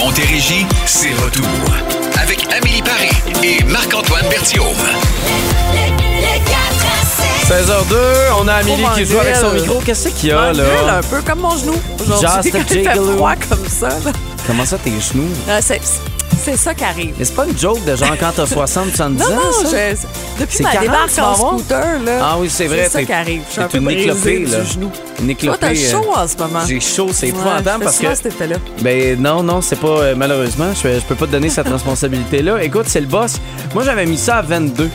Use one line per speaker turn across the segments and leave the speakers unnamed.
Montérégie, c'est retour. Avec Amélie Paris et Marc-Antoine Berthiaume.
16h02, on a Amélie qui joue avec son micro. Qu'est-ce qu'il y a là?
un peu comme mon genou.
Just
Aujourd'hui,
a
quand il fait
jiggle.
froid comme ça. là.
Comment ça, tes genoux?
Ah, c'est- C'est ça qui arrive.
Mais c'est pas une joke de genre quand t'as 60, 70
Non,
ans,
non,
Hein, ça?
je, depuis
C'est
ma
40,
débarque
tu vas
en
avoir?
scooter, là.
Ah oui, c'est vrai,
C'est ça
t'es-
qui arrive. Je suis un
t'es
peu
une
brisée
éclopée, là.
du genou.
Une
Toi, t'as
éclopée, euh,
chaud en ce moment.
J'ai chaud, c'est
Ouais,
épouvantable
je
parce
fais souvent
que...
cet effet-là.
Ben non, non, c'est pas... euh, malheureusement, je, je peux pas te donner cette responsabilité-là. Écoute, c'est le boss. Moi, j'avais mis ça à 22.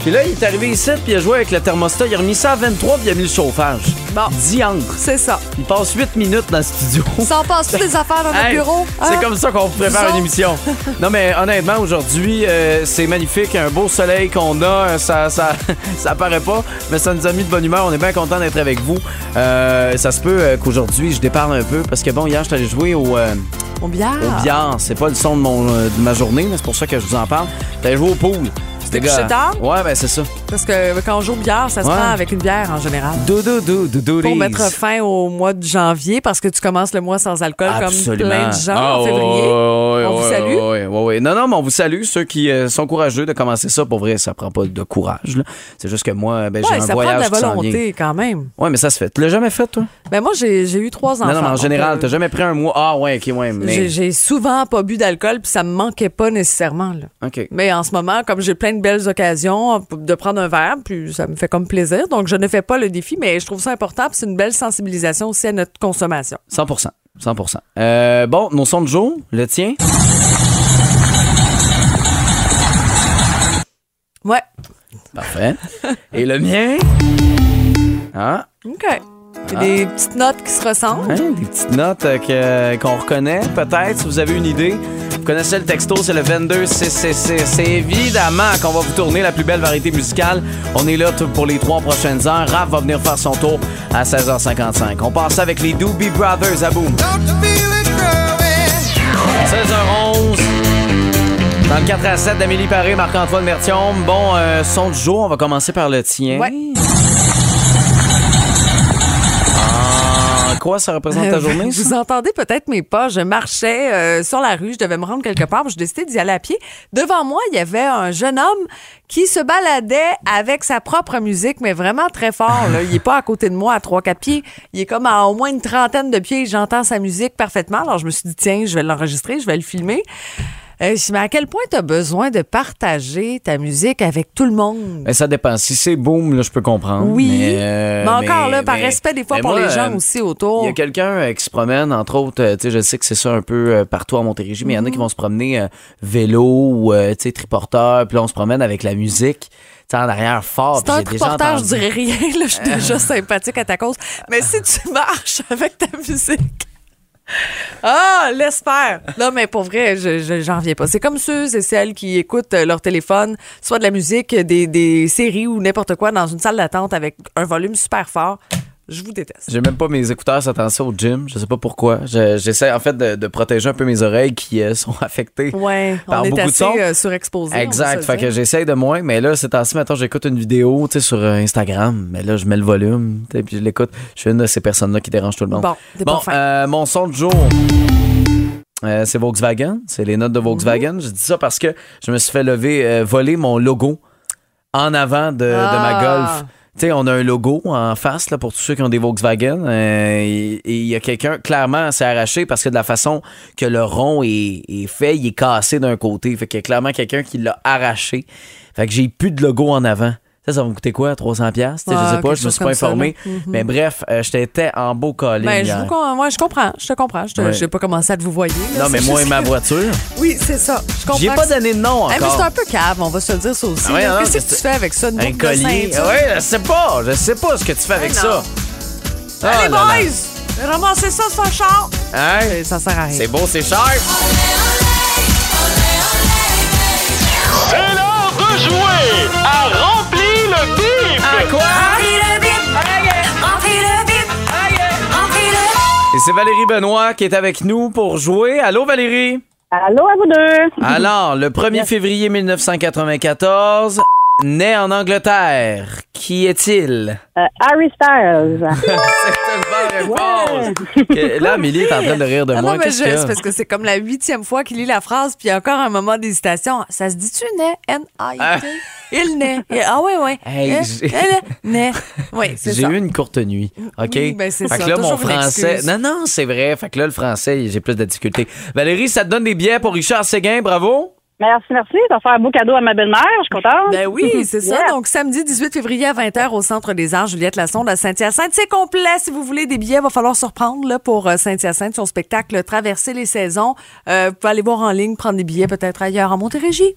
Puis là, il est arrivé ici, puis il a joué avec le thermostat. Il a remis ça à 23, puis il a mis le chauffage.
Bon.
Diantre.
C'est ça.
Il passe 8 minutes dans le studio.
Ça en passe toutes les affaires dans notre
Hey,
bureau.
C'est
hein?
comme ça qu'on prépare une
Vous autres?
émission. Non, mais honnêtement, aujourd'hui, euh, c'est magnifique. Un beau soleil qu'on a, euh, ça, ça, ça paraît pas, mais ça nous a mis de bonne humeur. On est bien content d'être avec vous. Euh, ça se peut euh, qu'aujourd'hui, je déparle un peu parce que, bon, hier, je suis allé jouer au, euh,
Au bière.
au billard. C'est pas le son de, mon, euh, de ma journée, mais c'est pour ça que je vous en parle. J'étais allé jouer au pool. C'était
couché tard?
Ouais, ben c'est ça.
Parce que euh, quand on joue au bière, ça se
Ouais.
prend avec une bière en général.
Doudou, doudou, doudou,
Pour mettre fin au mois de janvier, parce que tu commences le mois sans alcool comme plein de gens
Ah,
en
ouais,
février.
ouais, ouais,
on vous
ouais,
salue.
ouais, ouais, ouais. Non, non, mais on vous salue. Ceux qui euh, sont courageux de commencer ça, pour vrai, ça prend pas de courage. là. C'est juste que moi, ben, j'ai
Ouais,
un
ça prend de
voyage
la
qui s'en vient.
volonté quand même.
Ouais, mais ça se fait. Tu l'as jamais fait, toi?
Ben moi, j'ai j'ai eu trois enfants.
non, non, mais en
donc,
général,
euh,
t'as jamais pris un mois. Ah, ouais, ok, ouais, mais.
J'ai- J'ai souvent pas bu d'alcool, puis ça me manquait pas nécessairement. Là.
OK.
Mais en ce moment, comme j'ai plein de belles occasions euh, p- de prendre un verre, puis ça me fait comme plaisir. Donc, je ne fais pas le défi, mais je trouve ça important, puis c'est une belle sensibilisation aussi à notre consommation.
100 100 Euh, Bon, nos sons de jour, le tien.
Ouais.
Parfait. Et le mien. Ah,
OK. Il y a des petites notes qui se ressemblent.
hein, des petites notes euh, que- qu'on reconnaît, peut-être, si vous avez une idée. Vous connaissez le texto, c'est le 22 CCC. C'est évidemment qu'on va vous tourner la plus belle variété musicale. On est là tout pour les trois prochaines heures. Raph va venir faire son tour à 16h55. On passe avec les Doobie Brothers à Boom. 16h11. Dans le 4 à 7 d'Amélie Paré, Marc-Antoine Mertium. Bon, euh, son du jour, on va commencer par le tien.
Ouais.
En quoi ça représente ta journée, ça?
Euh, Vous entendez peut-être mes pas. Je marchais euh, sur la rue, je devais me rendre quelque part, puis je décidais d'y aller à pied. Devant moi, il y avait un jeune homme qui se baladait avec sa propre musique, mais vraiment très fort. Là. Il est pas à côté de moi à trois, quatre pieds. Il est comme à au moins une trentaine de pieds. J'entends sa musique parfaitement. Alors je me suis dit, tiens, je vais l'enregistrer, je vais le filmer. Euh, je me suis dit, mais à quel point tu as besoin de partager ta musique avec tout le monde?
Ben, ça dépend. Si c'est boom, là, je peux comprendre.
Oui.
Mais, euh,
mais encore
mais-
là, par
mais-
respect des fois
mais
pour
moi,
les gens
euh,
aussi autour.
Il y a quelqu'un euh, qui se promène, entre autres, euh, tu sais, je sais que c'est ça un peu euh, partout à Montérégie, mais il y en
Mhm.
a qui vont se promener euh, vélo ou euh, tu sais, triporteur, puis là, on se promène avec la musique tu sais, en arrière fort.
C'est un triporteur, je dirais rien. Là, je suis
Euh.
déjà sympathique à ta cause. Mais si tu marches avec ta musique. Ah, laisse faire. Non, mais pour vrai, je- je- j'en viens pas. C'est comme ceux et celles qui écoutent euh, leur téléphone, soit de la musique, des, des séries ou n'importe quoi dans une salle d'attente avec un volume super fort. Je vous déteste.
J'ai même pas mes écouteurs, ça tend ça au gym. Je sais pas pourquoi. Je- J'essaie en fait de, de protéger un peu mes oreilles qui euh, sont affectées
Ouais,
par
on
beaucoup
est
de
assez
sons.
euh, surexposé. on va se
Exact.
le
Fait
dire.
que j'essaye de moins, mais là, c'est temps-ci, maintenant j'écoute une vidéo, tu sais, sur euh, Instagram, mais là, je mets le volume, tu sais, puis je l'écoute. Je suis une de ces personnes-là qui dérange tout le monde.
Bon, t'es pas fin.
euh, mon son de jour. euh, c'est Volkswagen, c'est les notes de Volkswagen.
Mm-hmm.
Je dis ça parce que je me suis fait lever, euh, voler mon logo en avant de, de ma
Ah.
Golf. Tu sais, on a un logo en face là, pour tous ceux qui ont des Volkswagen. euh, et et il y a quelqu'un, clairement, s'est arraché parce que de la façon que le rond est, est fait, il est cassé d'un côté. Fait qu'il y a clairement quelqu'un qui l'a arraché. Fait que j'ai plus de logo en avant. Ça, ça va me coûter quoi? 300$? piastres? Tu sais,
Ouais,
je sais pas,
Ah, quelque
je me
chose
suis pas
comme ça,
informé.
là. Mhm.
Mais bref, euh, j'étais en beau collier.
Ben, je,
hier.
vous com- moi, je comprends, je te comprends. Je te-
Ouais.
j'ai pas commencé à te vous voyer. là,
Non, mais
c'est
moi et
juste
ma
que-
voiture,
Oui, c'est ça. Je comprends.
j'ai pas
que c'est-
donné de nom
Ah, mais c'est un
encore.
peu cave, on va se le dire ça aussi.
Ah ouais,
là.
non,
Qu'est-ce
qu'est-ce
que tu
que-
fais avec ça, une
Un
boucle
collier.
de ceinture?
Oui, je sais pas. Je sais pas ce que tu fais avec
non.
ça.
Allez,
Ah, là, là.
boys! Ramassez ça, son char!
Hein?
Et Ça sert à rien.
C'est beau, c'est cher.
Ah,
C'est l'heure de jouer à Remplis le bip!
Et c'est Valérie Benoît qui est avec nous pour jouer. Allô, Valérie?
Allô à vous deux.
Alors, le 1er février 1994, Né en Angleterre, qui est-il?
Euh, Harry Styles.
C'est une bonne réponse. Que- Là, Amélie est en train de rire de
Ah
moi.
non, mais
Qu'est-ce
je-
qu'il y a?
c'est parce que c'est comme la huitième fois qu'il lit la phrase, puis il y a encore un moment d'hésitation. Ça se dit-tu, né? N-A-I-T? Il naît. Il- Ah oui, oui.
Ah. Hey,
Eh,
j'ai-
elle, né. Oui, c'est
J'ai
ça.
eu une courte nuit, OK?
Oui, ben, c'est
fait
ça,
que là, mon
toujours une
français...
excuse.
Non, non, c'est vrai. Fait que là, le français, j'ai plus de difficultés. Valérie, ça te donne des billets pour Richard Séguin, bravo!
Merci, merci. Ça va faire un beau cadeau à ma belle-mère. Je suis contente.
Ben oui, c'est ça.
Yeah.
Donc, samedi 18 février à 20h au Centre des Arts, Juliette Lassonde à Saint-Hyacinthe. C'est complet. Si vous voulez des billets, va falloir se reprendre là, pour euh, Saint-Hyacinthe, son spectacle Traverser les saisons. Euh, vous pouvez aller voir en ligne, prendre des billets peut-être ailleurs en Montérégie.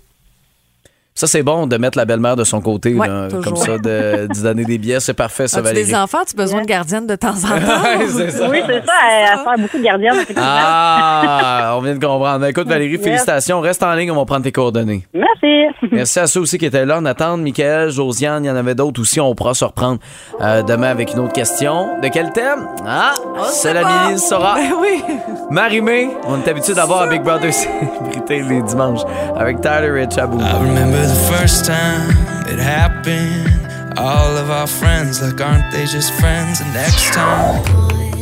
Ça, c'est bon de mettre la belle-mère de son côté,
Ouais,
là,
toujours.
comme ça, de, de donner des billets. C'est parfait, ça,
As-tu
Valérie.
des enfants? As-tu besoin de gardienne de temps en
Ouais,
temps?
c'est ça.
Oui, c'est ça. Elle, elle fait beaucoup de gardiennes. effectivement.
Ah, on vient de comprendre. Écoute, Valérie,
Yes.
félicitations. Reste en ligne, on va prendre tes coordonnées.
Merci.
Merci à ceux aussi qui étaient là en attente. Michael, Josiane, il y en avait d'autres aussi. On pourra se reprendre euh, demain avec une autre question. De quel thème? Ah, c'est la
pas.
ministre Sora.
Ben oui.
Marimé, on est habitué d'avoir à Big Brother Célébrité les dimanches avec Tyler Rich à Boom.
I remember the first time it happened. All of our friends, like, aren't they just friends? And next time.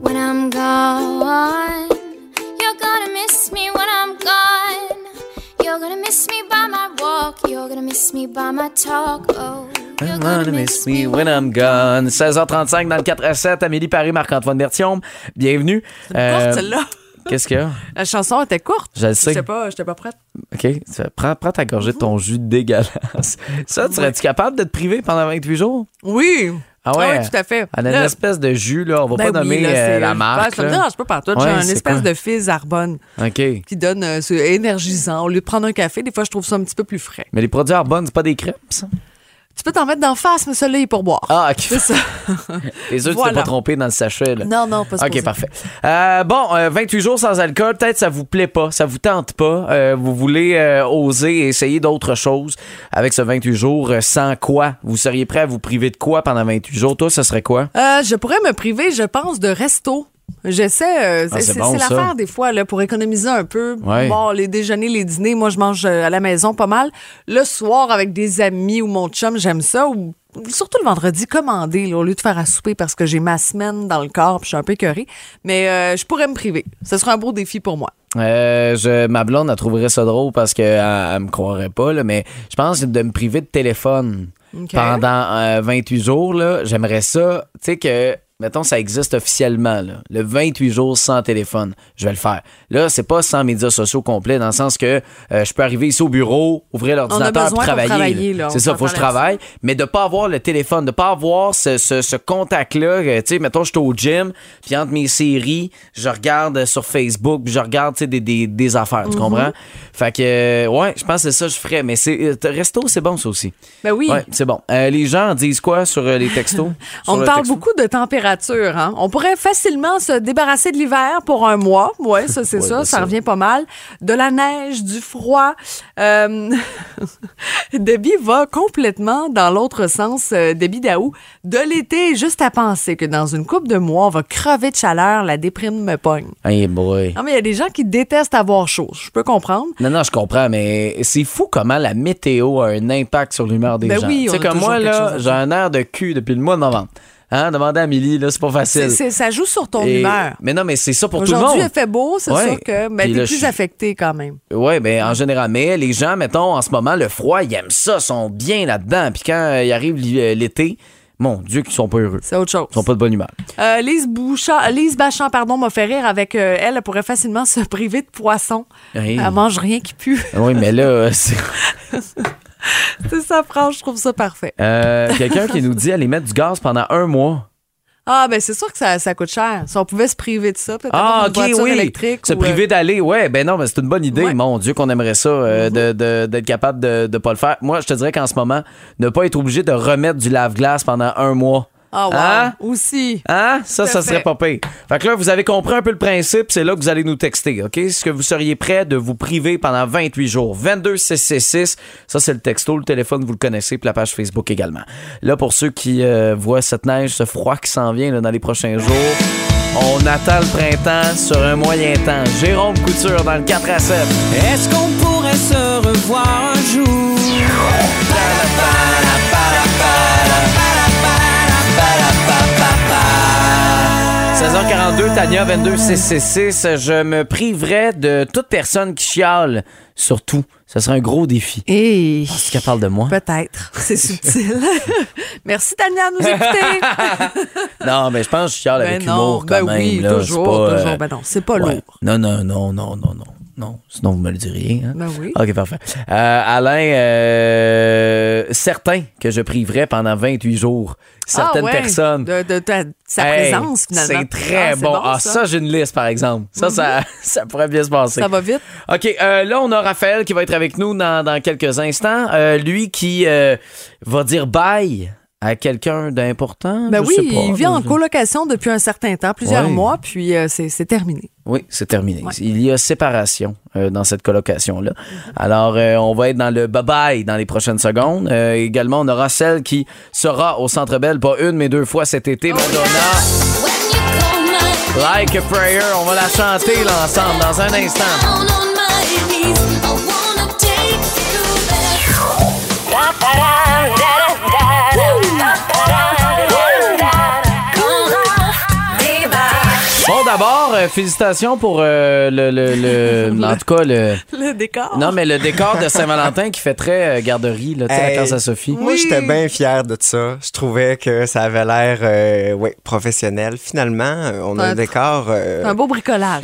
when I'm gone. You're gonna miss me when I'm gone. You're gonna miss me by my walk. You're gonna miss me by my talk. Oh, you're
Wanna miss me when I'm gone. 16h35 dans le 4 à 7. Amélie Paris, Marc-Antoine Bertium. Bienvenue. Euh,
Courte, celle-là.
Qu'est-ce qu'il y a?
La chanson était courte.
Je le sais.
J'étais pas, j'étais pas prête.
OK? Tu- Prends, prends ta gorgée de ton jus dégueulasse. Ça, tu serais-tu capable de te priver pendant 28 jours?
Oui.
Ah ouais?
oui, tout à fait.
Elle a
Là,
une espèce de jus, là. On va
ben
pas
oui,
nommer
là,
euh,
c'est-
la
je-
marque.
Ça me
là.
dérange pas par toi.
Ouais,
J'ai un
c'est
espèce
quoi?
de fizz arbonne
OK.
qui donne euh, c'est énergisant. Au lieu de prendre un café, des fois, je trouve ça un petit peu plus frais.
Mais les produits Arbonne, c'est pas des crêpes, ça?
Tu peux t'en mettre d'en face, mais celui-là, il est pour boire.
Ah, OK.
C'est ça.
Les œufs, tu t'es
Voilà.
pas trompé dans le sachet, là.
Non, non, pas ça.
OK, parfait. Euh, bon, euh, 28 jours sans alcool, peut-être ça vous plaît pas, ça vous tente pas. euh, vous voulez euh, oser et essayer d'autres choses avec ce 28 jours euh, sans quoi? Vous seriez prêt à vous priver de quoi pendant 28 jours? Toi, ça serait quoi?
Euh, je pourrais me priver, je pense, de resto. J'essaie, euh,
Ah,
c'est
c'est
c'est
bon, ça.
l'affaire des fois, là, pour économiser un peu.
Ouais.
Bon, les déjeuners, les dîners, moi, je mange euh, à la maison pas mal. Le soir, avec des amis ou mon chum, j'aime ça. Ou surtout le vendredi, commander, là, au lieu de faire à souper parce que j'ai ma semaine dans le corps puis je suis un peu curée. Mais euh, je pourrais me priver. Ce serait un beau défi pour moi.
Euh, je, ma blonde, elle trouverait ça drôle parce qu'elle elle me croirait pas, là, mais je pense de me priver de téléphone
OK.
pendant euh, 28 jours, là, j'aimerais ça, tu sais que, mettons, ça existe officiellement, là, le 28 jours sans téléphone, je vais le faire. Là, c'est pas sans médias sociaux complets, dans le sens que euh, je peux arriver ici au bureau, ouvrir l'ordinateur
besoin
puis
pour
travailler.
travailler, là, on
c'est ça, faut que je
s'entend là-dessus.
travaille, mais de pas avoir le téléphone, de pas avoir ce, ce- ce contact-là, euh, tu sais, mettons, je suis au gym, puis entre mes séries, je regarde euh, sur Facebook, puis je regarde, tu sais, des, des- des affaires,
Mhm.
tu comprends? Fait que, euh, ouais, je pense que c'est ça que je ferais, mais c'est, euh, t- resto, c'est bon, ça aussi.
Ben oui.
Ouais, c'est bon. Euh, les gens en disent quoi sur euh, les textos? Sur
On
le
parle
texto?
beaucoup de température. Hein? On pourrait facilement se débarrasser de l'hiver pour un mois. Oui, ça, c'est
Ouais,
ça.
ben
ça
ça.
revient pas mal. De la neige, du froid. Euh, Debbie va complètement dans l'autre sens, euh, Debbie Daou. De l'été, juste à penser que dans une coupe de mois, on va crever de chaleur, la déprime me pogne.
Hey boy.
Non, mais il y a des gens qui détestent avoir chaud. Je peux comprendre.
Non, non, je comprends, mais c'est fou comment la météo a un impact sur l'humeur des
Ben
gens.
oui,
Tu sais,
on a
comme
toujours
moi,
quelque chose
là,
à
j'ai
dire.
un air de cul depuis le mois de novembre. Hein, demandez à Amélie, là, c'est pas
C'est-
facile.
c'est- ça joue sur ton
Et-
humeur.
Mais non, mais c'est ça pour tout le monde.
Aujourd'hui, il fait beau, c'est
Ouais.
sûr que ben,
Puis
t'es
là,
plus
je-
affecté quand même.
Oui, ben, en général. Mais les gens, mettons, en ce moment, le froid, ils aiment ça, sont bien là-dedans. Puis quand euh, il arrive l'hi- euh, l'été, mon Dieu, qu'ils sont pas heureux.
C'est autre chose.
Ils sont pas de bonne humeur.
Euh, Lise, Bouchard, Lise Bachand pardon, m'a fait rire avec euh, elle. Elle pourrait facilement se priver de poisson.
Hey.
Elle mange rien qui pue.
Oui, mais là, euh, c'est.
C'est ça, franche, je trouve ça parfait.
Euh, Quelqu'un qui nous dit aller mettre du gaz pendant un mois.
Ah, ben c'est sûr que ça, ça coûte cher. Si on pouvait se priver de ça, peut-être
Ah,
avoir une
ok,
voiture
oui.
électrique.
Se
ou, euh,
priver d'aller, ouais, ben non, mais c'est une bonne idée.
Ouais. Mm-hmm.
Mon Dieu, qu'on aimerait ça, euh, de- de- d'être capable de ne pas le faire. Moi, je te dirais qu'en ce moment, ne pas être obligé de remettre du lave-glace pendant un mois.
Ah, wow.
Hein?
Aussi.
Hein? Ça,
Tout à
ça serait
fait.
pas pire. Fait que là, vous avez compris un peu le principe, c'est là que vous allez nous texter, OK? Est-ce que vous seriez prêt de vous priver pendant 28 jours? 22 666, ça c'est le texto, le téléphone, vous le connaissez, puis la page Facebook également. Là, pour ceux qui euh, voient cette neige, ce froid qui s'en vient là, dans les prochains jours, On attend le printemps sur un moyen temps. Jérôme Couture dans le 4 à 7.
Est-ce qu'on pourrait se revoir un jour
Ah. 16h42, Tania 22666. Je me priverai de toute personne qui chiale. Surtout, ce serait un gros défi.
Et
Est-ce Oh, qu'elle parle de
Ben-
moi?
peut-être, c'est subtil. Merci Tania de nous écouter.
Non, mais je pense que je chiale
Ben
avec
non,
humour quand
ben
même.
oui,
là. C'est
toujours,
pas, euh,
toujours. Ben non, c'est pas lourd.
Non, non, non, non, non, non. Non, sinon vous me le diriez. Hein?
Ben oui.
OK, parfait. Euh, Alain, euh, certain que je priverais pendant 28 jours certaines
Ah ouais,
personnes.
De, de ta- sa
Hey,
présence, finalement.
C'est très
Ah,
bon. Ah, ça, j'ai une liste, par exemple. Ça, ça, ça pourrait bien se passer.
Mhm. Ça va vite.
OK, euh, là, on a Raphaël qui va être avec nous dans, dans quelques instants. Euh, lui qui euh, va dire bye à quelqu'un d'important.
Ben
je
oui,
sais pas,
il vit en
je-
colocation depuis un certain temps, plusieurs
Ouais.
mois, puis euh, c'est c'est terminé.
Oui, c'est terminé.
Ouais.
Il y a séparation euh, dans cette colocation-là. Alors, euh, on va être dans le bye-bye dans les prochaines secondes. Euh, également, on aura celle qui sera au Centre Belle, pas une, mais deux fois cet été. Madonna,
Oh When you call my
Like a Prayer, on va la chanter là, ensemble dans un instant.
down on my knees, I wanna take you there.
Bon, d'abord, euh, félicitations pour euh, le, le, le- En tout cas, le...
Le décor.
Non, mais le décor de Saint-Valentin qui fait très euh, garderie, là, tu sais,
Hey.
la case à Sophie.
Moi, j'étais bien fier de ça. Je trouvais que ça avait l'air euh, ouais, professionnel. Finalement, euh, on a
Un
un
tr-
décor. euh,
C'est un beau bricolage.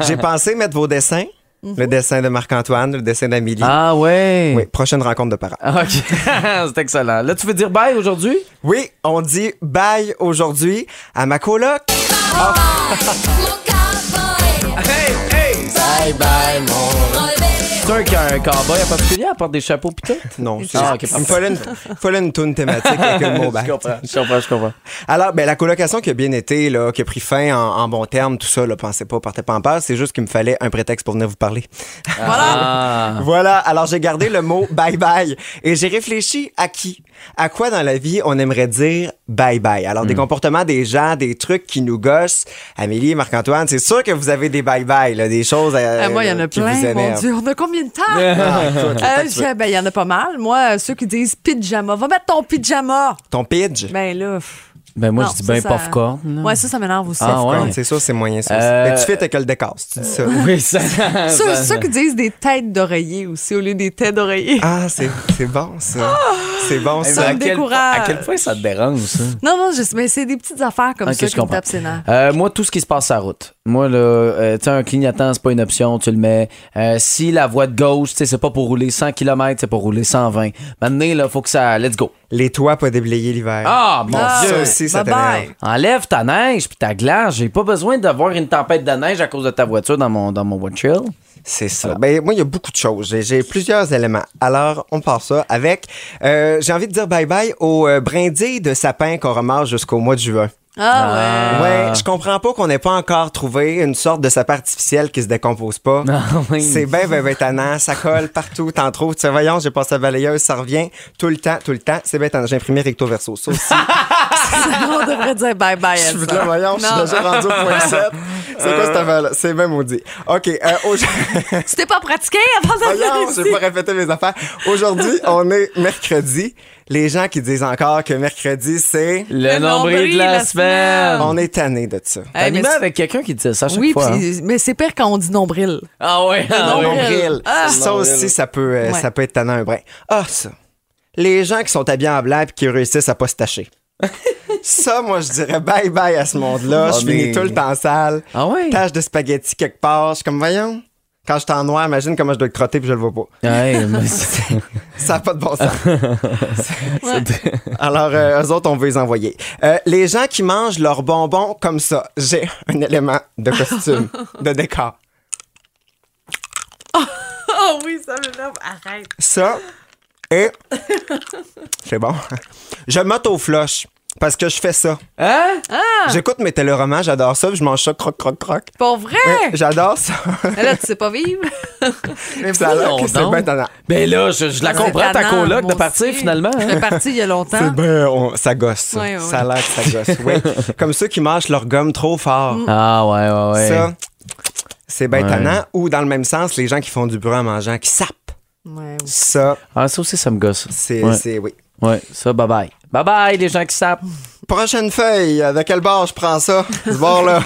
J'ai pensé mettre vos dessins. Le dessin de Marc-Antoine, le dessin d'Amélie.
Ah ouais.
Oui, prochaine rencontre de parents.
Ah, OK. c'est excellent. Là, tu veux dire bye aujourd'hui?
Oui, on dit bye aujourd'hui à ma coloc.
Hey, hey!
Bye bye, mon.
C'est un qui a un cowboy à particulier, à porte des chapeaux pis tout.
Non, c'est
Ah, ok,
il me fallait une, il me fallait une toune thématique avec le mot bye.
je comprends, je comprends.
Alors, ben, la colocation qui a bien été, là, qui a pris fin en, en bon terme, tout ça, là, pensez pas, partez pas en peur. C'est juste qu'il me fallait un prétexte pour venir vous parler.
Ah. Voilà!
Voilà, alors j'ai gardé le mot bye bye et j'ai réfléchi à qui, à quoi dans la vie on aimerait dire bye bye. Alors
Hmm.
des comportements des gens, des trucs qui nous gossent. Amélie, Marc-Antoine, c'est sûr que vous avez des bye bye, là, des choses euh,
Ah, moi, il y en a
qui vous
plein, mon
énervent.
Dieu. On a combien de temps?
Ah, écoute,
Euh,
attends, tu veux-
je- ben, il y en a pas mal. Moi, euh, ceux qui disent pyjama, va mettre ton pyjama.
Ton pidge.
Ben là. pff.
Ben, moi,
Non,
je dis
ça,
ben
ça-
puff corn.
Ouais, ça, ça m'énerve aussi.
Ah, ouais.
C'est sûr, c'est moyen ça. aussi.
Euh,
Mais tu fais avec le décor, si tu dis ça.
Oui, ça.
Ah,
Ceux,
ça-
ceux qui disent des têtes d'oreiller aussi au lieu des têtes d'oreiller.
Ah, c'est c'est bon ça.
Ah!
C'est bon
Eh ben,
ça.
à, quel, point-
décourage.
à quel point ça te dérange, ça?
Non, non, je- mais c'est des petites affaires comme
Ok,
ça
je
qui me
comprends.
tapent ses nerfs.
Euh, moi, tout ce qui se passe à route. Moi, là, euh, tu sais, un clignotant, c'est pas une option, tu le mets. Euh, si la voie de gauche, tu sais, c'est pas pour rouler 100 km, c'est pour rouler 120. Maintenant, là, faut que ça. Let's go.
Les toits pas déblayés l'hiver.
Ah, mon
Ah,
Dieu!
Ça aussi, ça
bye bye.
t'énerve.
Enlève ta neige puis ta glace. J'ai pas besoin d'avoir une tempête de neige à cause de ta voiture dans mon, dans mon windshield.
C'est ça. Ben, moi, il y a beaucoup de choses. J'ai- J'ai plusieurs éléments. Alors, on part ça avec. euh, J'ai envie de dire bye-bye aux euh, brindilles de sapin qu'on ramasse jusqu'au mois de juin.
Ah, ouais.
Ouais, je comprends pas qu'on n'ait pas encore trouvé une sorte de sapin artificiel qui se décompose pas.
Ah,
Ah oui.
C'est ben, ben, ben tannant. Ça colle partout. T'en trouves. Tu sais, voyons, j'ai passé la balayeuse. Ça revient tout le temps, tout le temps. C'est ben tannant. J'ai imprimé recto verso. Ça aussi.
On devrait dire bye-bye à
Je suis
ça.
là, voyons, je suis
Non. Euh.
déjà rendu au point 7. C'est quoi cette affaire-là? C'est ben maudit. OK. euh, aujourd'hui-
Ah, Tu t'es pas pratiqué avant
Voyons,
d'aller
j'ai pas répété mes affaires. Aujourd'hui, on est mercredi. Les gens qui disent encore que mercredi, c'est...
Le, nombril, de la, semaine.
On est tanné de ça.
T'animais avec quelqu'un qui disait ça à chaque
Oui,
fois. hein?
puis- mais c'est pire quand on dit nombril.
Ah ouais, ah ouais.
Nombril. Ça aussi, ça peut, euh,
Ouais.
ça peut être tannant un brin. Ah, ça. Les gens qui sont habillés en blanc et qui réussissent à pas se tacher. ça, moi, je dirais bye-bye à ce monde-là.
Ah,
je finis
mais-
tout le temps sale.
Ah ouais?
Tache de spaghetti quelque part. Je suis comme, voyons... Quand je suis en noir, imagine comment je dois le crotter puis je le vois pas.
Ouais, mais c'est-
Ça n'a pas de bon sens. Alors, euh, eux autres, on veut les envoyer. Euh, les gens qui mangent leurs bonbons comme ça, j'ai un élément de costume, de décor.
Oh oui, ça m'énerve. Arrête.
Ça, et. C'est bon. Je m'auto-flush. Parce que je fais ça.
Hein?
Ah.
J'écoute mes téléromans, j'adore ça, puis je mange ça croc, croc, croc.
Pour vrai?
Ouais, J'adore ça.
Là, tu sais pas vivre.
Même ça a l'air que c'est
donc.
bien tannant.
Hein?
Ben là, je, je la
C'est
comprends, ta
tannant,
coloc,
moi
de partir
aussi.
finalement.
Je
hein.
suis partie il y a longtemps.
C'est bien, on- ça gosse. ça.
Ouais, ouais,
Ça a l'air que ça gosse, oui. Comme ceux qui mâchent leur gomme trop fort.
Ah ouais, ouais, ouais.
Ça, c'est bien
Ouais.
tannant. Ou dans le même sens, les gens qui font du bruit en mangeant, qui sapent.
Ouais, oui.
Ça,
Ah, ça aussi, ça me gosse.
c'est...
Ouais,
c'est- oui.
ouais, ça, bye bye. Bye bye, les gens qui sapent.
Prochaine feuille, avec quel bord je prends ça? Ce bord-là.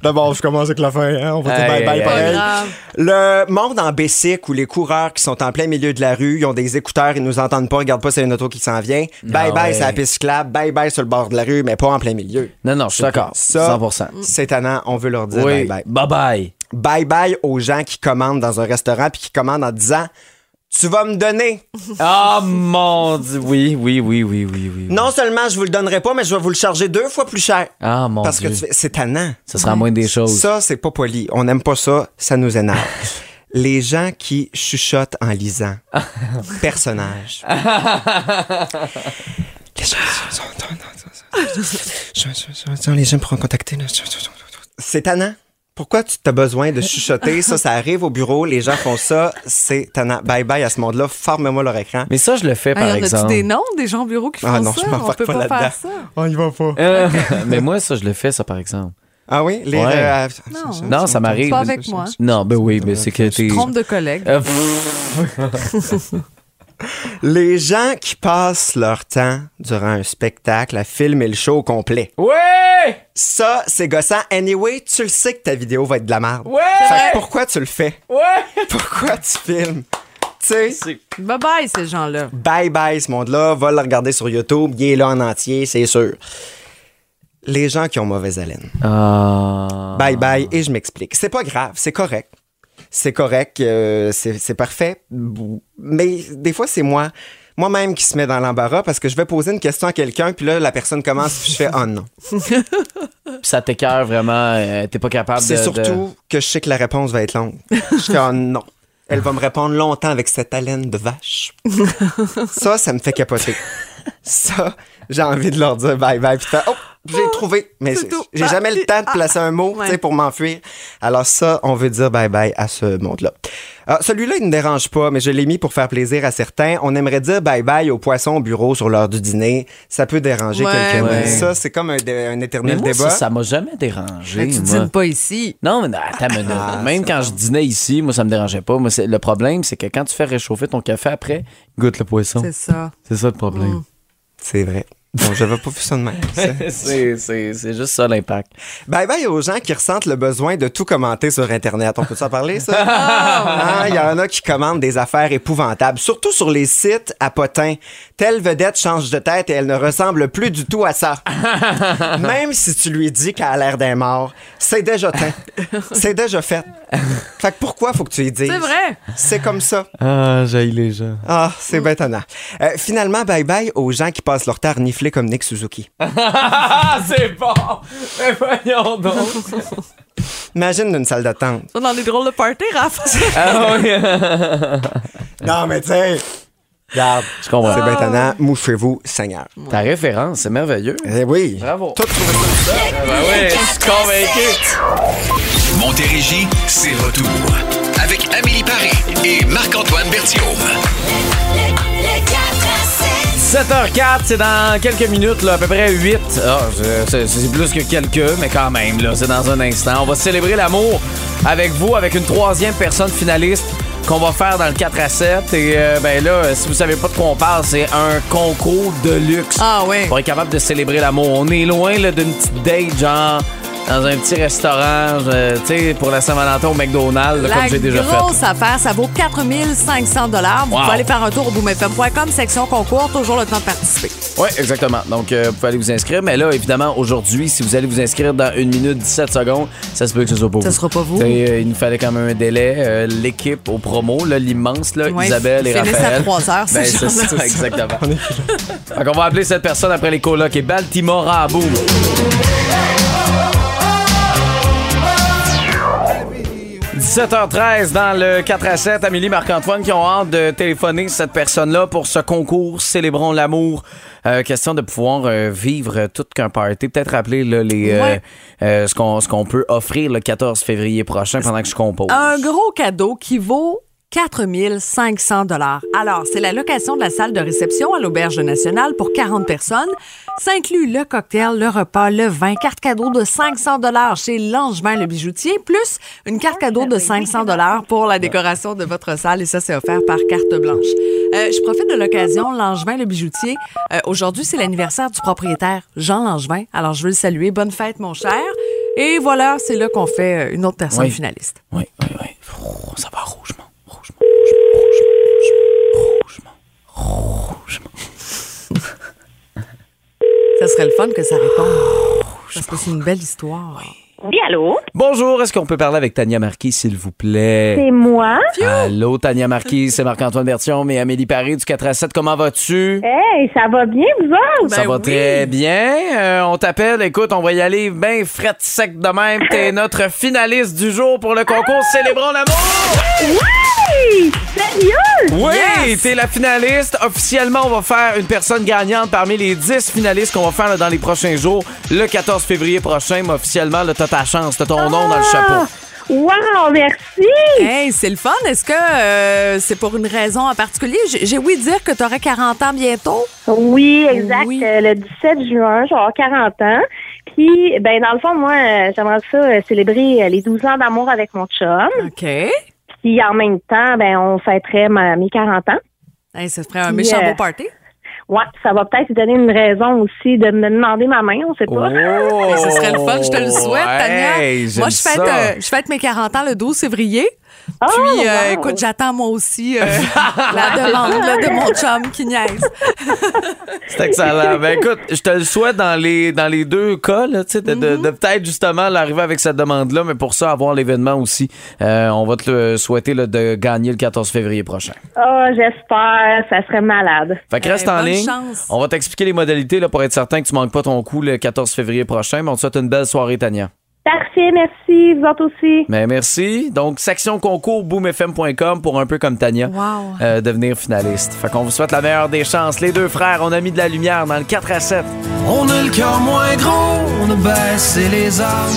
D'abord, je commence avec la fin, hein? on va dire
Aïe,
bye-bye
aïe,
Pas
pareil.
grave.
Le monde en basic où les coureurs qui sont en plein milieu de la rue, ils ont des écouteurs, ils nous entendent pas, regardent pas c'est une auto qui s'en vient. Bye bye,
Ah ouais.
c'est la piste cyclable, bye bye sur le bord de la rue, mais pas en plein milieu.
Non, non, je suis d'accord.
Ça,
100%.
c'est tannant, on veut leur dire
Oui,
bye
bye
bye.
bye.
Bye bye aux gens qui commandent dans un restaurant puis qui commandent en disant Tu vas me donner.
Ah mon dieu, oui, oui, oui, oui, oui, oui.
Non seulement je vous le donnerai pas, mais je vais vous le charger deux fois plus cher.
Ah mon
Parce
dieu.
que tu fais- c'est tannant.
Ça sera la moindre des choses.
Ça, c'est pas poli. On n'aime pas ça. Ça nous énerve. Les gens qui chuchotent en lisant. Personnage. Les gens- Les gens pourront contacter. le- C'est tannant. Pourquoi tu as besoin de chuchoter? Ça, ça arrive au bureau. Les gens font ça. C'est tannant. Bye bye à ce monde-là. Fermez-moi leur écran.
Mais ça, je le fais
Ah, y
par
en a-tu
exemple.
des noms, des gens au bureau qui font
Ah non,
ça?
je m'en
On
vais
peut
pas
pas,
là-dedans.
faire ça.
Oh, il va pas.
Euh, mais moi, ça, je le fais, ça, par exemple.
Ah oui? Les,
Ouais.
euh,
Non.
Non, ça m'arrive.
Pas avec moi.
Non, ben oui, mais c'est que t'es.
Trompe de collègues.
Euh, pff,
Les gens qui passent leur temps durant un spectacle à filmer le show au complet.
Ouais!
Ça, c'est gossant. Anyway, tu le sais que ta vidéo va être de la merde.
Ouais!
Fait que pourquoi tu le fais?
Ouais!
Pourquoi tu filmes? Tu sais,
Bye bye, ces gens-là.
bye bye ce monde-là, va le regarder sur YouTube, il est là en entier, c'est sûr. Les gens qui ont mauvaise haleine.
Ah.
Bye bye, et je m'explique. C'est pas grave, c'est correct. C'est correct, euh, c'est c'est parfait. Mais des fois, c'est moi, moi-même qui se met dans l'embarras parce que je vais poser une question à quelqu'un, puis là, la personne commence, puis je fais oh non.
Ça t'écœure vraiment. euh, T'es pas capable de.
C'est surtout
de-
que je sais que la réponse va être longue. Je fais oh non. Elle va me répondre longtemps avec cette haleine de vache. ça, ça me fait capoter. Ça, j'ai envie de leur dire bye bye. Puis de faire, oh, j'ai trouvé. Mais
c'est
j'ai-
tout.
j'ai
Ah,
jamais le
et-
temps de
ah,
placer un mot
ouais.
tu sais, pour m'enfuir. Alors, ça, on veut dire bye bye à ce monde-là. Ah, Celui-là, il ne dérange pas, mais je l'ai mis pour faire plaisir à certains. On aimerait dire bye bye aux poissons au bureau sur l'heure du dîner. Ça peut déranger
Ouais,
quelqu'un.
ouais.
Ça, c'est comme un, dé- un
Mais
éternel
moi, ça,
débat.
ça m'a jamais dérangé.
Mais tu
moi.
dînes pas ici.
Non, mais non, attends une minute. Même quand je dînais ici, moi, ça me dérangeait pas. Moi, c'est- le problème, c'est que quand tu fais réchauffer ton café après, goûte le poisson.
C'est ça.
C'est ça le problème.
C'est vrai. Bon, j'avais pas vu ça de même. C'est-
c'est c'est- c'est juste ça l'impact.
Bye bye aux gens qui ressentent le besoin de tout commenter sur Internet. On peut s'en parler, ça? Ah, Il y en a qui commandent des affaires épouvantables, surtout sur les sites à potins. Telle vedette change de tête et elle ne ressemble plus du tout à ça. Même si tu lui dis qu'elle a l'air d'un mort, c'est déjà teint. C'est déjà fait. Fait que pourquoi faut que tu lui dises?
C'est vrai.
C'est comme ça.
Ah, j'aille les gens.
Ah, c'est bien étonnant. Euh, finalement, bye bye aux gens qui passent leur temps à renifler comme Nick Suzuki.
Ah, c'est bon! Mais voyons donc!
Imagine une salle d'attente.
Ça, dans les drôles de party, Raph.
ah, oui.
Non, mais tu sais. Regarde,
Je comprends.
c'est bien tannant. Mouchez-vous, Seigneur.
Ta référence, c'est merveilleux.
Eh oui.
Bravo.
Tout pour-
Ben oui, je suis convaincu.
Montérégie, c'est retour. Avec Amélie Paris et Marc-Antoine Bertiom.
7h04, c'est dans quelques minutes, là, à peu près 8. Ah, je- c'est c'est plus que quelques, mais quand même, là, c'est dans un instant. On va célébrer l'amour avec vous, avec une troisième personne finaliste qu'on va faire dans le 4 à 7. Et euh, ben là, si vous savez pas de quoi on parle, c'est un concours de luxe.
Ah ouais.
Pour être capable de célébrer l'amour. On est loin là, d'une petite date, genre dans un petit restaurant, euh, tu sais, pour la Saint-Valentin au McDonald's, là,
La
comme j'ai déjà fait.
grosse affaire, ça vaut 4500 Vous
Wow.
pouvez aller faire un tour au boomfm.com, section concours, toujours le temps de participer.
Oui, exactement. Donc, euh, vous pouvez aller vous inscrire. Mais là, évidemment, aujourd'hui, si vous allez vous inscrire dans 1 minute 17 secondes, ça se peut que ce soit pas
Ça
vous.
sera pas vous.
T'sais, euh, il nous fallait quand même un délai. Euh, L'équipe aux promos, là, l'immense, là,
Ouais,
Isabelle et
ils finissent à
Raphaël.
trois heures, ces
Ben, c'est
gens-là.
ça, exactement. Donc, on va appeler cette personne après les colocs et Baltimore à bout. 17h13 dans le 4 à 7, Amélie Marc-Antoine qui ont hâte de téléphoner cette personne-là pour ce concours Célébrons l'amour. Euh, question de pouvoir euh, vivre tout qu'un party. Peut-être rappeler là, les, euh,
Ouais.
euh, ce qu'on ce qu'on peut offrir le 14 février prochain pendant que je compose.
Un gros cadeau qui vaut 4 500 Alors, c'est la location de la salle de réception à l'Auberge nationale pour 40 personnes. Ça inclut le cocktail, le repas, le vin, carte cadeau de 500 chez Langevin le bijoutier, plus une carte cadeau de 500 pour la décoration de votre salle. Et ça, c'est offert par carte blanche. Euh, je profite de l'occasion, Langevin le bijoutier. euh, Aujourd'hui, c'est l'anniversaire du propriétaire Jean Langevin. Alors, je veux le saluer. Bonne fête, mon cher. Et voilà, c'est là qu'on fait euh, une autre personne
Oui.
finaliste.
Oui, oui, oui. Oh, ça va rougement, rougement, rougement, rougement, rougement, rougement.
Ça serait le fun que ça réponde. Parce que c'est une belle histoire.
Oui, allô?
Bonjour, est-ce qu'on peut parler avec Tania Marquis, s'il vous plaît?
C'est moi.
Allô, Tania Marquis, c'est Marc-Antoine Bertion et Amélie Paris du 4 à 7. Comment vas-tu?
Hey, ça va bien, vous autres?
Ça
Ben
va
oui.
très bien. Euh, on t'appelle. Écoute, on va y aller bien fret sec de même. T'es notre finaliste du jour pour le concours Célébrons l'amour.
Oui! Sérieux?
Oui, t'es la finaliste. Officiellement, on va faire une personne gagnante parmi les 10 finalistes qu'on va faire là, dans les prochains jours. Le 14 février prochain, mais officiellement, là, t'as ta chance. T'as ton nom
Ah!
dans le chapeau.
Wow, merci!
Hey, c'est le fun. Est-ce que euh, c'est pour une raison en particulier? J'ai j'ai ouï dire que tu aurais 40 ans bientôt.
Oui, exact.
Oui.
Euh, Le 17 juin, je vais avoir 40 ans. Puis, ben, dans le fond, moi, euh, j'aimerais ça euh, célébrer euh, les 12 ans d'amour avec mon chum.
OK. Hey,
Puis, en même temps, ben, on fêterait ma, mes 40 ans.
ça ferait un méchant
Yeah.
beau party.
Ouais, ça va peut-être lui donner une raison aussi de me demander ma main, on sait pas.
Oh!
Ce serait le fun, je te le souhaite, Tania.
Hey, j'aime
moi, je
ça.
fête, euh, je fête mes 40 ans le 12 février.
Oh,
Puis, euh,
wow.
écoute, j'attends moi aussi euh, la demande là, de mon chum qui niaise.
C'est excellent. Ben écoute, je te le souhaite dans les, dans les deux cas, là, tu sais, de,
Mhm.
de- de peut-être justement l'arriver avec cette demande-là, mais pour ça, avoir l'événement aussi. Euh, on va te le souhaiter là, de gagner le 14 février prochain.
Ah, j'espère, ça serait malade.
Fait que
Eh,
reste en
bonne
ligne.
chance.
On va t'expliquer les modalités là, pour être certain que tu manques pas ton coup le 14 février prochain. Mais on te souhaite une belle soirée, Tania.
Parfait, merci, vous autres
Mmh.
aussi.
Mais merci. Donc, section concours boomfm.com pour un peu comme Tania
Wow.
euh, devenir finaliste. Fait qu'on vous souhaite la meilleure des chances. Les deux frères, on a mis de la lumière dans le 4 à 7.
On a le cœur moins gros, on a baissé les armes.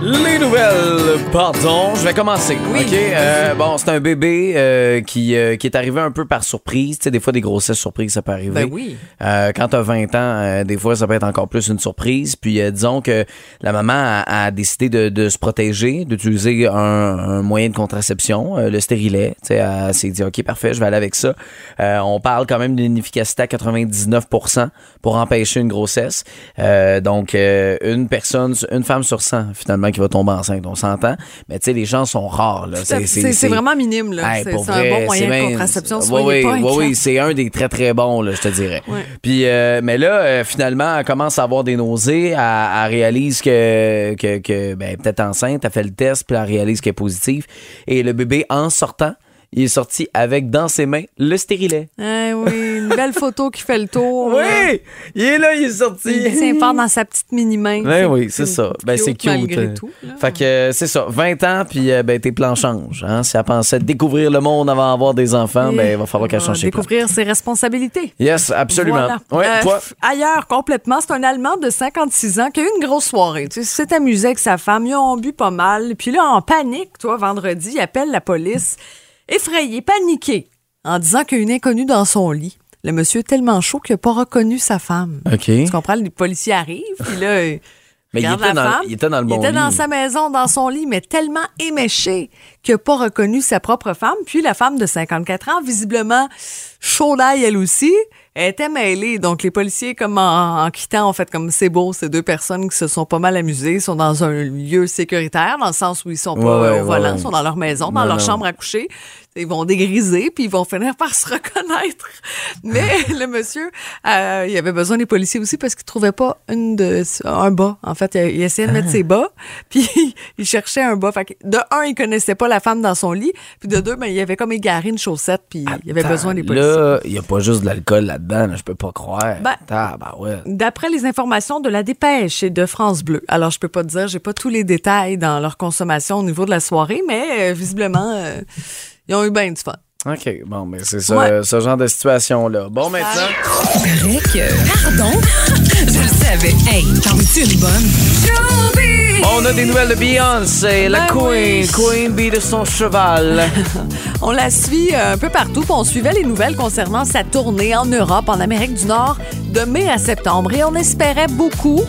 Les nouvelles, pardon, je vais commencer.
Oui.
OK, euh, bon, c'est un bébé euh, qui, euh, qui est arrivé un peu par surprise. Tu sais, des fois, des grossesses surprises, ça peut arriver.
Ben oui.
Euh, quand t'as 20 ans, euh, des fois, ça peut être encore plus une surprise. Puis, euh, disons que la maman a, a décidé de, de se protéger, d'utiliser un, un moyen de contraception, euh, le stérilet. Tu sais, elle s'est dit, OK, parfait, je vais aller avec ça. Euh, on parle quand même d'une efficacité à 99 pour empêcher une grossesse. Euh, donc, euh, une personne, une femme sur 100, finalement, qui va tomber enceinte. On s'entend. Mais, tu sais, les gens sont rares. là.
C'est- C'est c'est vraiment minime. là.
Hey,
C'est
pour
c'est
vrai,
un bon moyen
c'est bien-
de contraception.
Oui,
Soyez
oui,
pas
oui,
inquiets.
oui, c'est un des très, très bons, là, je te dirais.
Ouais.
Puis, euh, mais là, euh, finalement, elle commence à avoir des nausées. Elle, elle réalise que, que, que, ben, peut-être enceinte. Elle fait le test, puis elle réalise qu'elle est positive. Et le bébé, en sortant, il est sorti avec dans ses mains le stérilet.
Eh oui, une belle photo qui fait le tour. là.
Oui! Il est là, il est
Il
sorti.
tient fort dans sa petite mini-main.
Ben oui, c'est ça. Ben c'est cute.
Malgré tout. là.
Fait que euh, c'est ça, 20 ans, puis euh, ben, tes plans changent. Hein? Si elle pensait découvrir le monde avant d'avoir des enfants, ben, il va falloir qu'elle
va
change ses plans.
Découvrir ses responsabilités.
Yes, absolument.
Voilà.
Ouais,
Euh,
toi.
f- ailleurs, complètement, c'est un Allemand de 56 ans qui a eu une grosse soirée. Tu sais, il s'est amusé avec sa femme, ils ont bu pas mal. Puis là, en panique, toi, vendredi, il appelle la police, effrayé, paniqué, en disant qu'il y a une inconnue dans son lit. Le monsieur est tellement chaud qu'il n'a pas reconnu sa femme.
OK.
Tu comprends? Les policiers arrivent, puis là, ils
Mais il
regardent
était
la
dans-
femme.
il était dans le bon
Il était dans
lit.
sa maison, dans son lit, mais tellement éméché qu'il n'a pas reconnu sa propre femme. Puis la femme de 54 ans, visiblement chaud d'ail elle aussi, elle était mêlée. Donc les policiers, comme en, en quittant, en fait, comme c'est beau, ces deux personnes qui se sont pas mal amusées, sont dans un lieu sécuritaire, dans le sens où ils sont pas
Ouais, ouais,
euh, au
ouais,
volant,
ouais.
sont dans leur maison, dans
Non,
leur
non.
chambre à coucher. ils vont dégriser, puis ils vont finir par se reconnaître. Mais le monsieur, euh, il avait besoin des policiers aussi parce qu'il trouvait pas une de, un bas. En fait, il, il essayait de
Ah.
mettre ses bas, puis il cherchait un bas. Fait que de un, il connaissait pas la femme dans son lit, puis de deux, ben, il avait comme égaré une chaussette, puis il avait besoin des policiers.
Là, il n'y a pas juste de l'alcool là-dedans, là, je peux pas croire.
Ben-
Tabarouette.
D'après les informations de la dépêche et de France Bleu, alors je peux pas te dire, j'ai pas tous les détails dans leur consommation au niveau de la soirée, mais euh, visiblement, euh, ils ont eu bien du fun.
OK, bon, mais c'est ce,
Ouais.
ce genre de situation-là. Bon, maintenant,
Paraît que- euh, Pardon? Je le savais. Hey, t'en veux-tu une bonne?
on a des nouvelles de Beyoncé, la
Ben
Queen.
oui.
Queen B de son cheval.
On la suit euh, un peu partout, puis on suivait les nouvelles concernant sa tournée en Europe, en Amérique du Nord, de mai à septembre, et on espérait beaucoup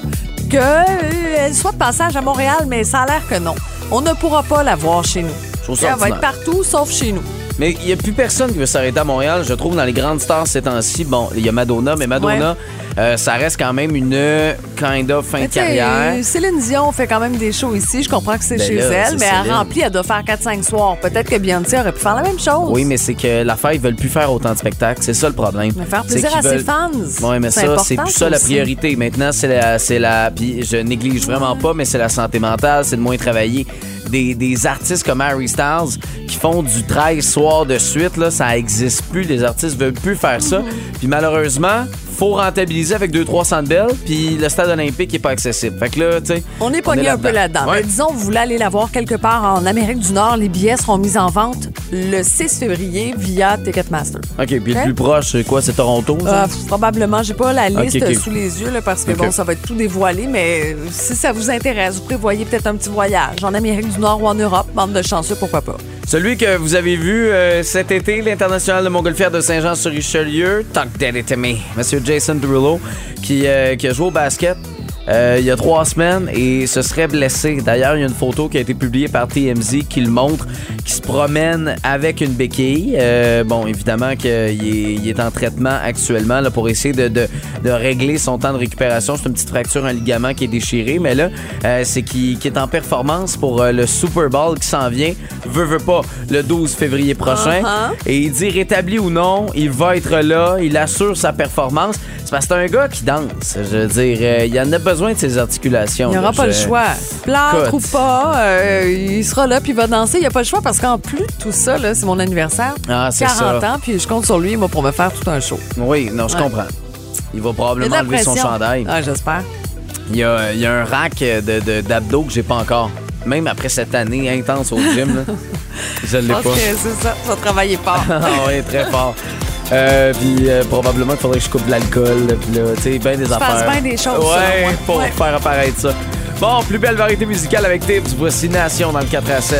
qu'elle soit de passage à Montréal, mais ça a l'air que non. On ne pourra pas la voir chez nous.
trouve ça
Elle va
ordinaire.
être partout, sauf chez nous.
Mais il n'y a plus personne qui veut s'arrêter à Montréal. Je trouve dans les grandes stars ces temps-ci, bon, il y a Madonna, mais Madonna, euh, ça reste quand même une euh, kind of fin
Mais
de
tu sais,
carrière.
euh, Céline Dion fait quand même des shows ici. Je comprends que c'est
Ben
chez
là, c'est
elle, mais elle
Céline.
remplit, elle doit faire 4-5 soirs. Peut-être que Beyoncé aurait pu faire la même chose.
Oui, mais c'est que l'affaire, ils veulent plus faire autant de spectacles. C'est ça le problème.
Mais faire
C'est
plaisir
qu'ils
à ses fans,
Oui, mais
c'est
ça,
important,
c'est plus
ça
ça la
aussi.
priorité. Maintenant, c'est la, c'est la. Puis je néglige vraiment pas, mais c'est la santé mentale, c'est de moins travailler. Des, des artistes comme Harry Styles qui font du 13 soirs de suite, là, ça existe plus. Les artistes veulent plus faire ça.
Mhm.
Puis malheureusement, faut rentabiliser avec 2-3 chandelles, puis le stade olympique est pas accessible. Fait que là, tu sais.
On est pogné un peu là-dedans.
Ouais.
Mais disons, vous voulez aller la voir quelque part en Amérique du Nord. Les billets seront mis en vente le 6 février via Ticketmaster.
OK, puis le
Ok.
plus proche, c'est quoi? C'est Toronto? ça?
Euh, pff, probablement, j'ai pas la
Ok,
liste
ok.
sous les yeux là, parce que
Ok.
bon, ça va être tout dévoilé, mais euh, si ça vous intéresse, vous prévoyez peut-être un petit voyage en Amérique du Nord ou en Europe, bande de chanceux, pourquoi pas.
Celui que vous avez vu euh, cet été, l'international de Montgolfière de Saint-Jean-sur-Richelieu, Talk Daddy to Me, Monsieur Jason Derulo, qui, euh, qui a joué au basket euh, il y a trois semaines et se serait blessé. D'ailleurs, il y a une photo qui a été publiée par TMZ qui le montre, qui se promène avec une béquille. Euh, bon, évidemment qu'il est, il est en traitement actuellement là, pour essayer de, de- de régler son temps de récupération. C'est une petite fracture, un ligament qui est déchiré, mais là, euh, c'est qu'il qu'il est en performance pour euh, le Super Bowl qui s'en vient. Veut, veut pas, le 12 février prochain.
Uh-huh.
Et il dit rétabli ou non, il va être là, il assure sa performance. C'est parce que c'est un gars qui danse. Je veux dire, euh, il en a besoin de ses articulations.
Il n'y
là.
aura pas
Je-
le choix. Plâtre
Écoute.
ou pas, euh, il sera là puis il va danser. Il n'y a pas le choix parce qu'en plus de tout ça, là, c'est mon anniversaire.
Ah, c'est
40
ça.
ans, puis je compte sur lui moi, pour me faire tout un show.
Oui, non, je
Ouais.
comprends. Il va
Il y a de
probablement
la
enlever son
pression.
chandail.
Ah, j'espère.
Il y a, il y a un rack de- de- d'abdos que j'ai pas encore. Même après cette année intense au gym, là, je l'ai
Je
pas.
pense que c'est ça. Ça travailler pas.
ah oui, très fort. Euh, puis euh, probablement qu'il faudrait que je coupe de l'alcool. là, Puis là, tu sais, bien des affaires.
fasses bien des choses, selon
Ouais,
moi.
pour
Ouais.
faire apparaître ça. Bon, plus belle variété musicale avec Tips. Voici Nation dans le 4 à 7.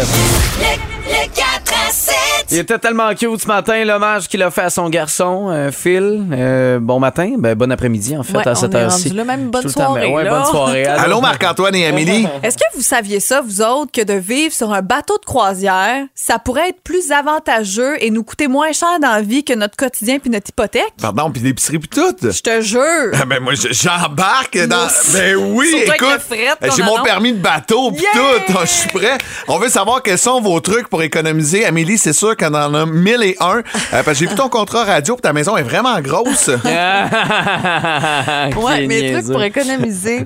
Le 4 à 7.
Il était tellement cute ce matin, l'hommage qu'il a fait à son garçon, euh, Phil. Euh, bon matin, ben, bon après-midi en fait
Ouais,
à
on
cette
est
heure-ci.
rendu là, même bonne
Tout le temps, mais
soirée,
ouais,
là.
bonne soirée.
Allô, Marc-Antoine et Amélie?
Est-ce que vous saviez ça, vous autres, que de vivre sur un bateau de croisière, ça pourrait être plus avantageux et nous coûter moins cher dans la vie que notre quotidien puis notre hypothèque?
Pardon, puis l'épicerie, puis tout. Je
te jure.
Ah ben moi, je- j'embarque dans.
Nous.
Ben oui,
Surtout avec
écoute. Eh,
le fret qu'on
J'ai mon
annonce.
permis de bateau, puis tout. Ah, Je suis prêt. On veut savoir quels sont vos trucs pour économiser. Amélie, c'est sûr qu'on en a 1001. Euh, parce que j'ai vu ton contrat radio, puis ta maison est vraiment grosse.
Ah! Ouais,
ouais,
mes trucs pour économiser.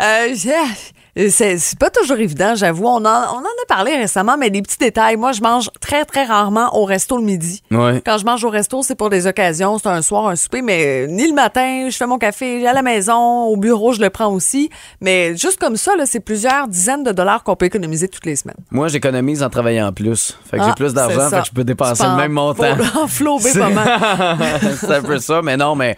Euh, j'ai- c'est c'est pas toujours évident, j'avoue. On en, on en a parlé récemment, mais des petits détails. Moi, je mange très, très rarement au resto le midi.
Ouais.
Quand je mange au resto, c'est pour des occasions. C'est un soir, un souper, mais euh, ni le matin. Je fais mon café à la maison, au bureau, je le prends aussi. Mais juste comme ça, là, c'est plusieurs dizaines de dollars qu'on peut économiser toutes les semaines.
Moi, j'économise en travaillant plus. Fait que
Ah,
j'ai plus d'argent,
c'est ça.
fait que je peux dépenser
Tu
le
peux
même
en-
montant.
faut- en flober
C'est-
pas mal.
c'est un peu ça, mais non, mais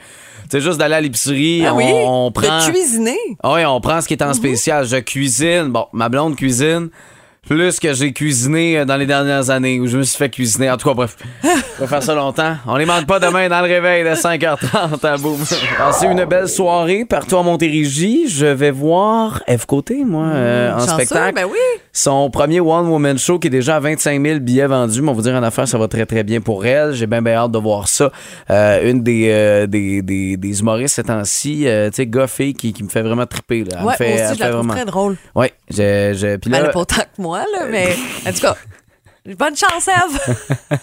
c'est juste d'aller à l'épicerie,
Ah
on,
oui?
on
De
prend.
cuisiner.
Ah Oui, on prend ce qui est
Mhm.
en spécial. Je cuisine. Bon, ma blonde cuisine. Plus que j'ai cuisiné euh, dans les dernières années où je me suis fait cuisiner. En tout cas, bref, on va faire ça longtemps. On les manque pas demain dans le réveil de 5h30 à boum. Passez une belle soirée partout à Montérégie. Je vais voir F Côté, moi, euh, en
Hmm, Chanceux,
spectacle.
ben oui.
Son premier One Woman Show qui est déjà à 25 000 billets vendus. Mais on va dire en affaire, ça va très très bien pour elle. J'ai bien bien hâte de voir ça. Euh, une des, euh, des, des, des humoristes ces temps-ci, euh, tu sais, Goffy, qui, qui me fait vraiment triper. Là. Elle me
Ouais,
fait,
moi aussi,
elle
je la
fait
trouve
vraiment...
très drôle.
Oui, je, je, puis
Ben,
là,
elle est pas autant que moi, là, mais en tout cas, Bonne chance, Eve.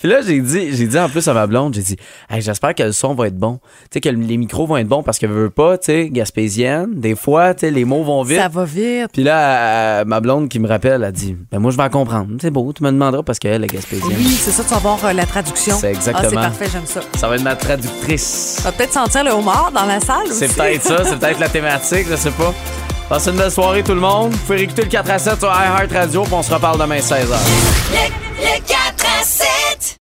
Puis là, j'ai dit, j'ai dit en plus à ma blonde, j'ai dit, Hey, j'espère que le son va être bon. Tu sais, que le- les micros vont être bons parce que veut pas, tu sais, Gaspésienne, des fois, tu sais, les mots vont vite.
Ça va vite.
Puis là, euh, ma blonde qui me rappelle, a dit, ben moi, je vais en comprendre. C'est beau, tu me demanderas parce qu'elle est Gaspésienne.
Oui, c'est ça, tu vas voir euh, la traduction.
C'est
Ah, c'est
exactement.
parfait, j'aime ça.
Ça va être ma traductrice.
Tu vas peut-être sentir le homard dans la salle Ah, aussi.
C'est peut-être ça, c'est peut-être la thématique, je sais pas. Passez une belle soirée, tout le monde. Vous pouvez réécouter le 4 à 7 sur iHeart Radio, puis on se reparle demain 16h.
Le, le